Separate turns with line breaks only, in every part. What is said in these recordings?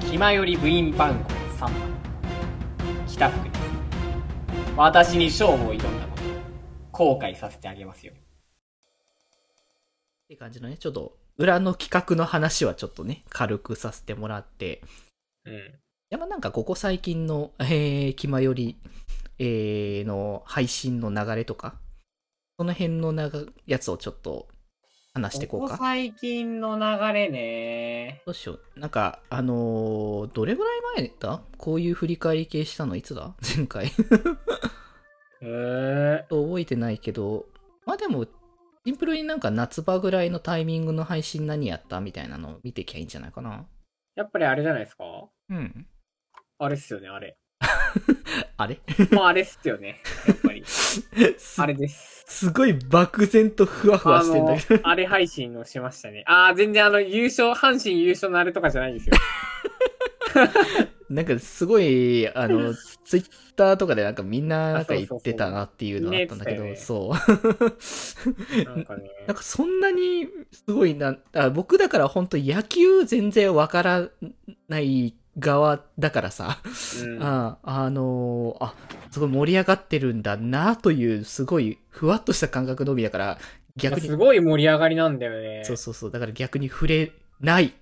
暇より部員番号3番北福に私に勝負を挑んだこと後悔させてあげますよ
って感じのね、ちょっと裏の企画の話はちょっとね、軽くさせてもらって、
うん
いやまあなんかここ最近の、 えー、気まより、えーの配信の流れとか、その辺のながやつをちょっと話していこう
こ
か。
こ最近の流れね
どうしよう。なんか、あのーどれぐらい前だこういう振り返り系したのいつだ前回。 ちょっ
うー
と覚えてないけど、まあでも、シンプルになんか夏場ぐらいのタイミングの配信何やったみたいなのを見てきゃいいんじゃないかな。
やっぱりあれじゃないですか
うん。
あれっすよねあれ
あれ
まああれっすよねやっぱ り
す
あれです
すごい漠然とふわふわ
あ
してんだ
の
けど。、
あれ配信をしましたね。ああ、全然あの、優勝、阪神優勝のあれとかじゃないんですよ。
なんかすごい、あの、ツイッターとかでなんかみんななんか言ってたなっていうのがあったんだけど、そう。
なんかね。
なんかそんなにすごいな、あ僕だから本当野球全然わからない側だからさ、
うん
ああのーあ、すごい盛り上がってるんだなというすごいふわっとした感覚のみだから、
まあ
逆に
す、ごい盛り上がりなんだよね。
そうそうそう、だから逆に触れない、。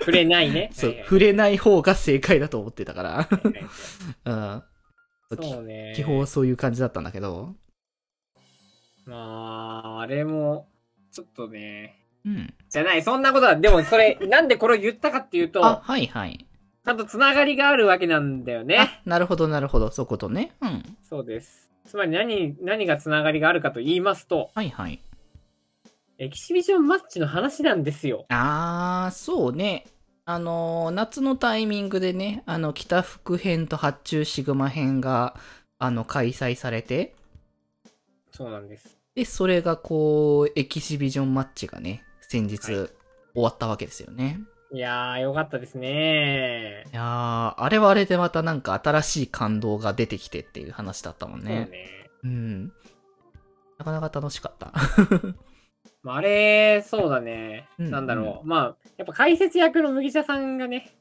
触れないね
そう
はい、はい
触れない方が正解だと思ってたから、
はいはい
うん。
そうね。
基本はそういう感じだったんだけど、
まあ、あれも、ちょっとね。
うん。
じゃない、そんなことは、でもそ れ、なんでこれを言ったかっていうと、
あ、はいはい。
ちゃんとつながりがあるわけなんだよね。
あ、なるほどなるほど、そういうことね。うん。
そうです。つまり何、何がつながりがあるかと言いますと、
はいはい。
エキシビジョンマッチの話なんですよ。
あー、そうね。あのー、夏のタイミングでね、あの、北福編と発注シグマ編が、あの、開催されて、
そうなんです。
で、それがこう、エキシビジョンマッチがね、先日、
はい
終わったわけですよね。
いやー、よかったですね。
いやー、あれはあれでまたなんか新しい感動が出てきてっていう話だったもん
そう
ね。
ね。
うん。なかなか楽しかった。
まあ、あれ、そうだね。
うん
なんだろう。まあ、やっぱ解説役の麦茶さんがね、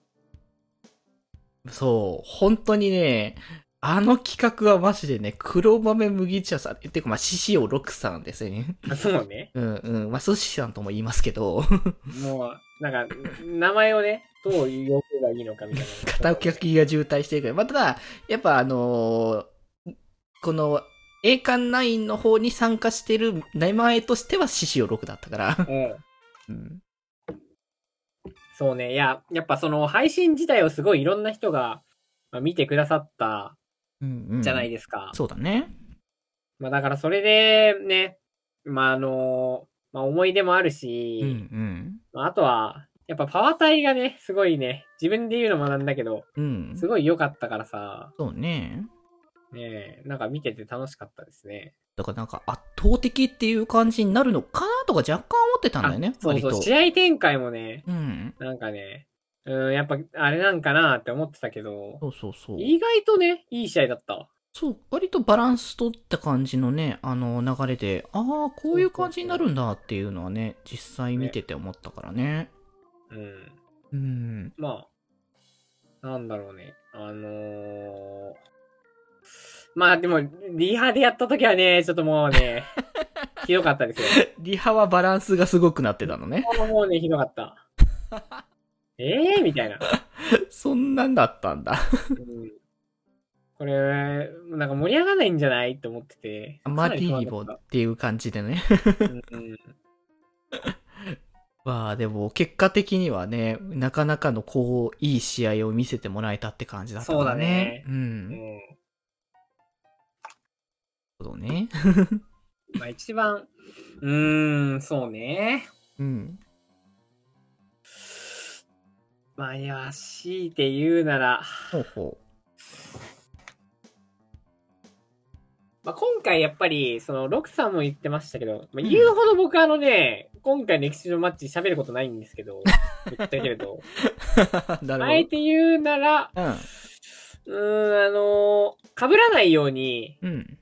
そう、本当にね、あの企画はマジでね、黒豆麦茶さん、っていうかまあ、獅子王六さんですよね。
あそうね。
うんうん。まあ、寿司さんとも言いますけど、
もう、なんか、名前をね、どう呼べばいいのかみたいな。
片受け先が渋滞してるから。まあ、ただ、やっぱあのーこの、栄冠ナインの方に参加してる名前としては獅子王6だったから。
うん。
うん。
そうね。いや、やっぱその配信自体をすごいいろんな人がまあ見てくださった
うんうん。
じゃないですか。
そうだね。
まあだからそれでね、まああの、まあ思い出もあるし
うん、うん。
まああとは、やっぱパワー隊がね、すごいね、自分で言うのもなんだけど、
うん。
すごい良かったからさ、
そうね。
ねえなんか見てて楽しかったですね。
だからなんか圧倒的っていう感じになるのかなとか若干思ってたんだよね
あ。そうそう、
割と
試合展開もね、
うん。
なんかね、うん、やっぱあれなんかなって思ってたけど、
そうそうそう。
意外とね、いい試合だったわ。
そう、割とバランス取った感じのね、あの流れで、ああ、こういう感じになるんだっていうのはね、実際見てて思ったからね。
うん。
うん。
まあ、なんだろうね。あのー、まあでも、リハでやった時はね、ちょっともう ね、ひどかったですよ。
リハはバランスがすごくなってたのね。
もうね、ひどかった。ええー、みたいな。
そんなんだったんだ。
うんこれ、なんか盛り上がらないんじゃないって思ってて。
あまりに
か
も
な
っていう感じで ね。
不安だったうん
まあでも、結果的にはね、なかなかのこう、いい試合を見せてもらえたって感じだったからね。そうだね。
う
ん。なる
ん
ほどね。
まあ一番、うーん、そうね。
うん。
まあいや、強いて言うなら、
ほうほ
まあ、今回やっぱり、その、ロクさんも言ってましたけど、まあ、言うほど僕あのね、今回の歴史のマッチ喋ることないんですけ ど、言ったけれど、
う。 な
あえ
る
て言うなら、
ほど。
うーん、あのー被らないように
うん。うん。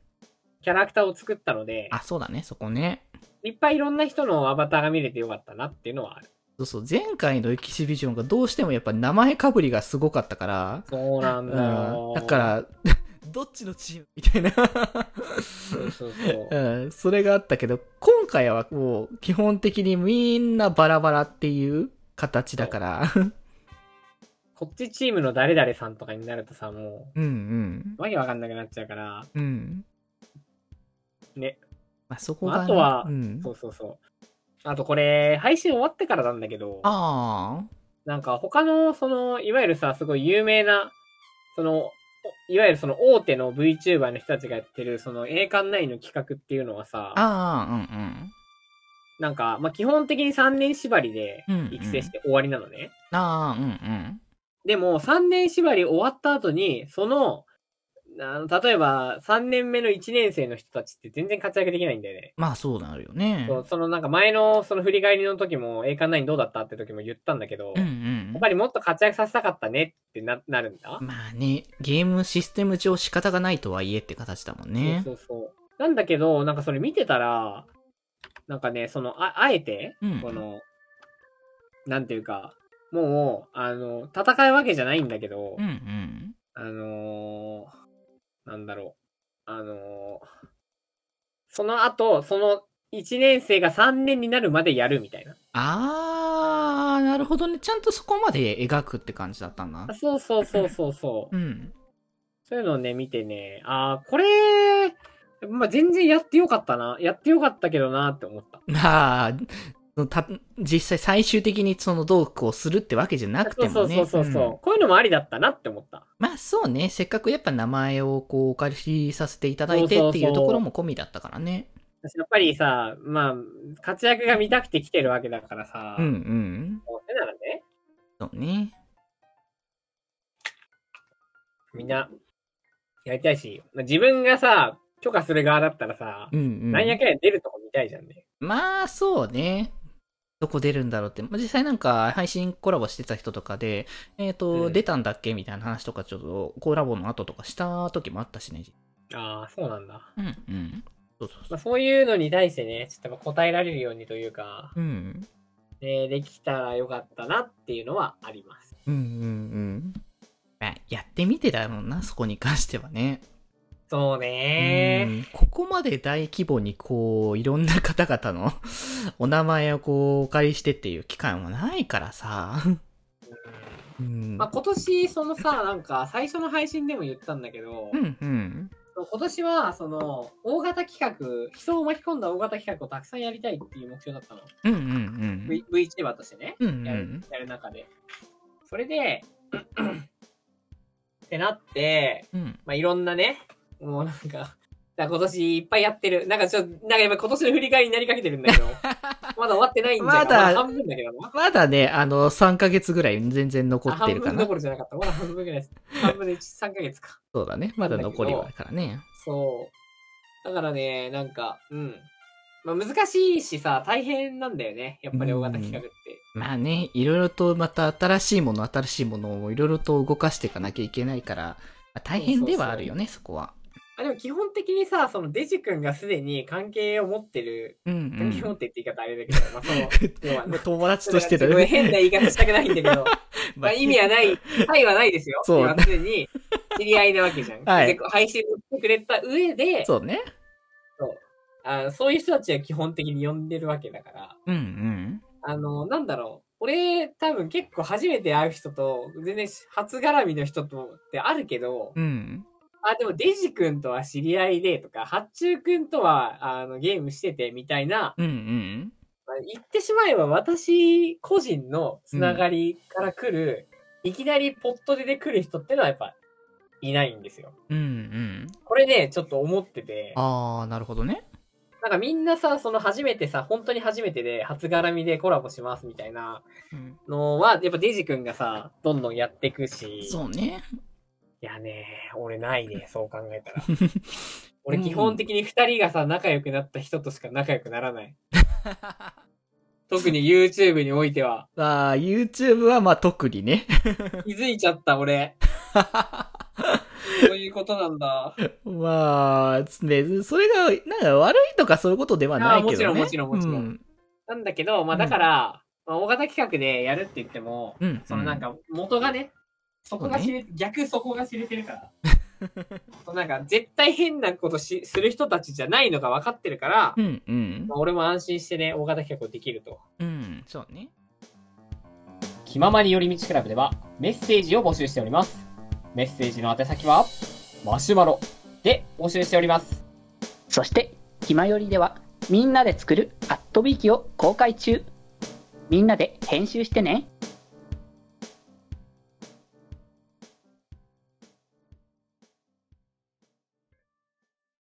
キャラクターを作ったので
あ、、そうだね、そこね。
いっぱいいろんな人のアバターが見れてよかったなっていうのはある。
そうそう、前回のエキシビジョンがどうしてもやっぱ名前かぶりがすごかったから、
そうなんだ
うん
よ。
だか、ら、 どっちのチームみたいな、
そうそうそう。
うん、それがあったけど、今回はもう基本的にみんなバラバラっていう形だから、
こっちチームの誰々さんとかになるとさ、も
うんうん。
う、わけわかんなくなっちゃうから、
うん。
ね。
まあ、そこがね、
あとは
うん
そうそうそう。あとこれ、配信終わってからなんだけど、
あ
なんか他の、その、いわゆるさ、すごい有名な、その、いわゆるその大手の VTuber の人たちがやってる、その栄冠9の企画っていうのは
あ、
さ、
ああ、うん
なんか、まあ、基本的に3年縛りで
うんうん
育成して終わりなのね。
うん。ああ、うんうん。
でも、3年縛り終わった後に、その、あの例えば、3年目の1年生の人たちって全然活躍できないんだよね。
まあ、そうなるよね。
そうそのなんか前のその振り返りの時も、栄冠9どうだったって時も言ったんだけど、
うんう
や
ん
っ。ぱりもっと活躍させたかったねってななるんだ。
まあね、ゲームシステム上仕方がないとはいえって形だもんね。
そうそうそう。なんだけど、なんかそれ見てたら、なんかね、その、ああえて、
うん
この、なんていうか、もう、あの、戦うわけじゃないんだけど、
うんうん。
あのー、なんだろう。あのー、その後、その1年生が3年になるまでやるみたいな。
あー、なるほどね。ちゃんとそこまで描くって感じだったんだ
あ。そうそうそうそうそう。
うん。
そういうのをね、見てね、あー、これ、まあ、全然やってよかったな。やってよかったけどなって思った。
まあ、そのた実際最終的にそのどうこうするってわけじゃなくて
そ
も
う
ね。
そうそうそうそう、
うん
こういうのもありだったなって思った。
まあそうね、せっかくやっぱ名前をこうお借りさせていただいてってい
そうそうう
ところも込みだったからね。
私やっぱりさ、まあ、活躍が見たくて来てるわけだからさ、
うんうん。
どうせならね、
そうね。
みんな、やりたいし、まあ、自分がさ、許可する側だったらさ
う、んうん。
なんやかんや出るとこ見たいじゃんね。
まあそうね。どこ出るんだろうって。まあ、実際なんか配信コラボしてた人とかで、えっ、と、
うん
出たんだっけみたいな話とかちょっとコラボの後とかした時もあったしね。
ああ、そうなんだ。
うんうん。そうそうそ
まあ、
う。
そういうのに対してね、ちょっとやっぱ答えられるようにというか、
うん。
ね、できたらよかったなっていうのはあります。
うんうんうん。まあ、やってみてだもんな、そこに関してはね。
そうね
うんここまで大規模にこう、いろんな方々の お名前をこう、お借りしてっていう機会もないからさ。うん。
まあ、今年、そのさ、なんか最初の配信でも言ったんだけど
う、んうん。
今年はその大型企画、人を巻き込んだ大型企画をたくさんやりたいっていう目標だったの。
うんうんうん。
V- VTuber としてね、
うんう
やる
ん。
やる中で。それで、 ってなって、
うん。
まあ、いろんなね、もうなんか、だから今年いっぱいやってる。なんかちょっと、なんか今今年の振り返りになりかけてるんだ けど、まだ終わってないんだよ。
まだ
半分だけどな。
まだね、あの、3ヶ月ぐらい全然残
あ
って
半
るか
分
な
ど。ころじゃなかった。まだ半分ぐらいです。半分で3ヶ月か。
そうだね。まだ残りはあるからね。
そう。だからね、なんか、うん。まあ難しいしさ、大変なんだよね。やっぱり大型企画って。
まあね、いろいろとまた新しいもの、新しいものをいろいろと動かしていかなきゃいけないから、まあ大変ではあるよね、そこは。
あでも基本的にさ、そのデジ君がすでに関係を持ってる、
う
関
ん
係を
う
持
ん。
ってって言い方あれだけど、まあその、要は、
ま あ友達としてだ
ごめん
ね。
変な 言い方したくないんだけど、まあ意味はない、はいはないですよ。
そう
要は常に知り合いなわけじゃん。
はい
で配信をしてくれた上で、
そうね。
あのそういう人たちは基本的に呼んでるわけだから、
うんうん。
あの、なんだろう。俺、多分結構初めて会う人と、全然初絡みの人とってあるけど、
うん。
あ、でもデジ君とは知り合いでとか、ハッチュウ君とはあのゲームしててみたいな、
うんうん。
まあ言ってしまえば私個人のつながりから来る、いきなりポットでで来る人ってのはやっぱいないんですよ。
うんうん。
これね、ちょっと思ってて、
あー、なるほどね。
なんかみんなさ、その初めてさ、本当に初めてで、初絡みでコラボしますみたいな
うん
のは、やっぱデジ君がさ、どんどんやってくし、い
そうね。
やね、俺ないね、そう考えた ら。俺基本的に二人がさ、仲良くなった人としか仲良くならない。特に YouTube において は。
あー、YouTube はまあ特にね。
気づいちゃった、 俺。そういうことなんだ。
まあ、ね、それが、なんか悪いとかそういうことではないけどね。
あーもちろんもちろんもちろん
うん
なんだけど、まあだから、まあ、大型企画でやるって言っても、
うん。
そのなんか元がね、そこが知れ、逆そこが知れてる から。そうなんか絶対変なことしする人たちじゃないのが分かってるから、
うんうん
ま。あ俺も安心してね、大型企画をできると。
うん、そうね。
気ままに寄り道クラブではメッセージを募集しております。メッセージの宛先は、マシュマロで募集しております。
そして、ひまよりでは、みんなで作るアットビーキを公開中。みんなで編集してね。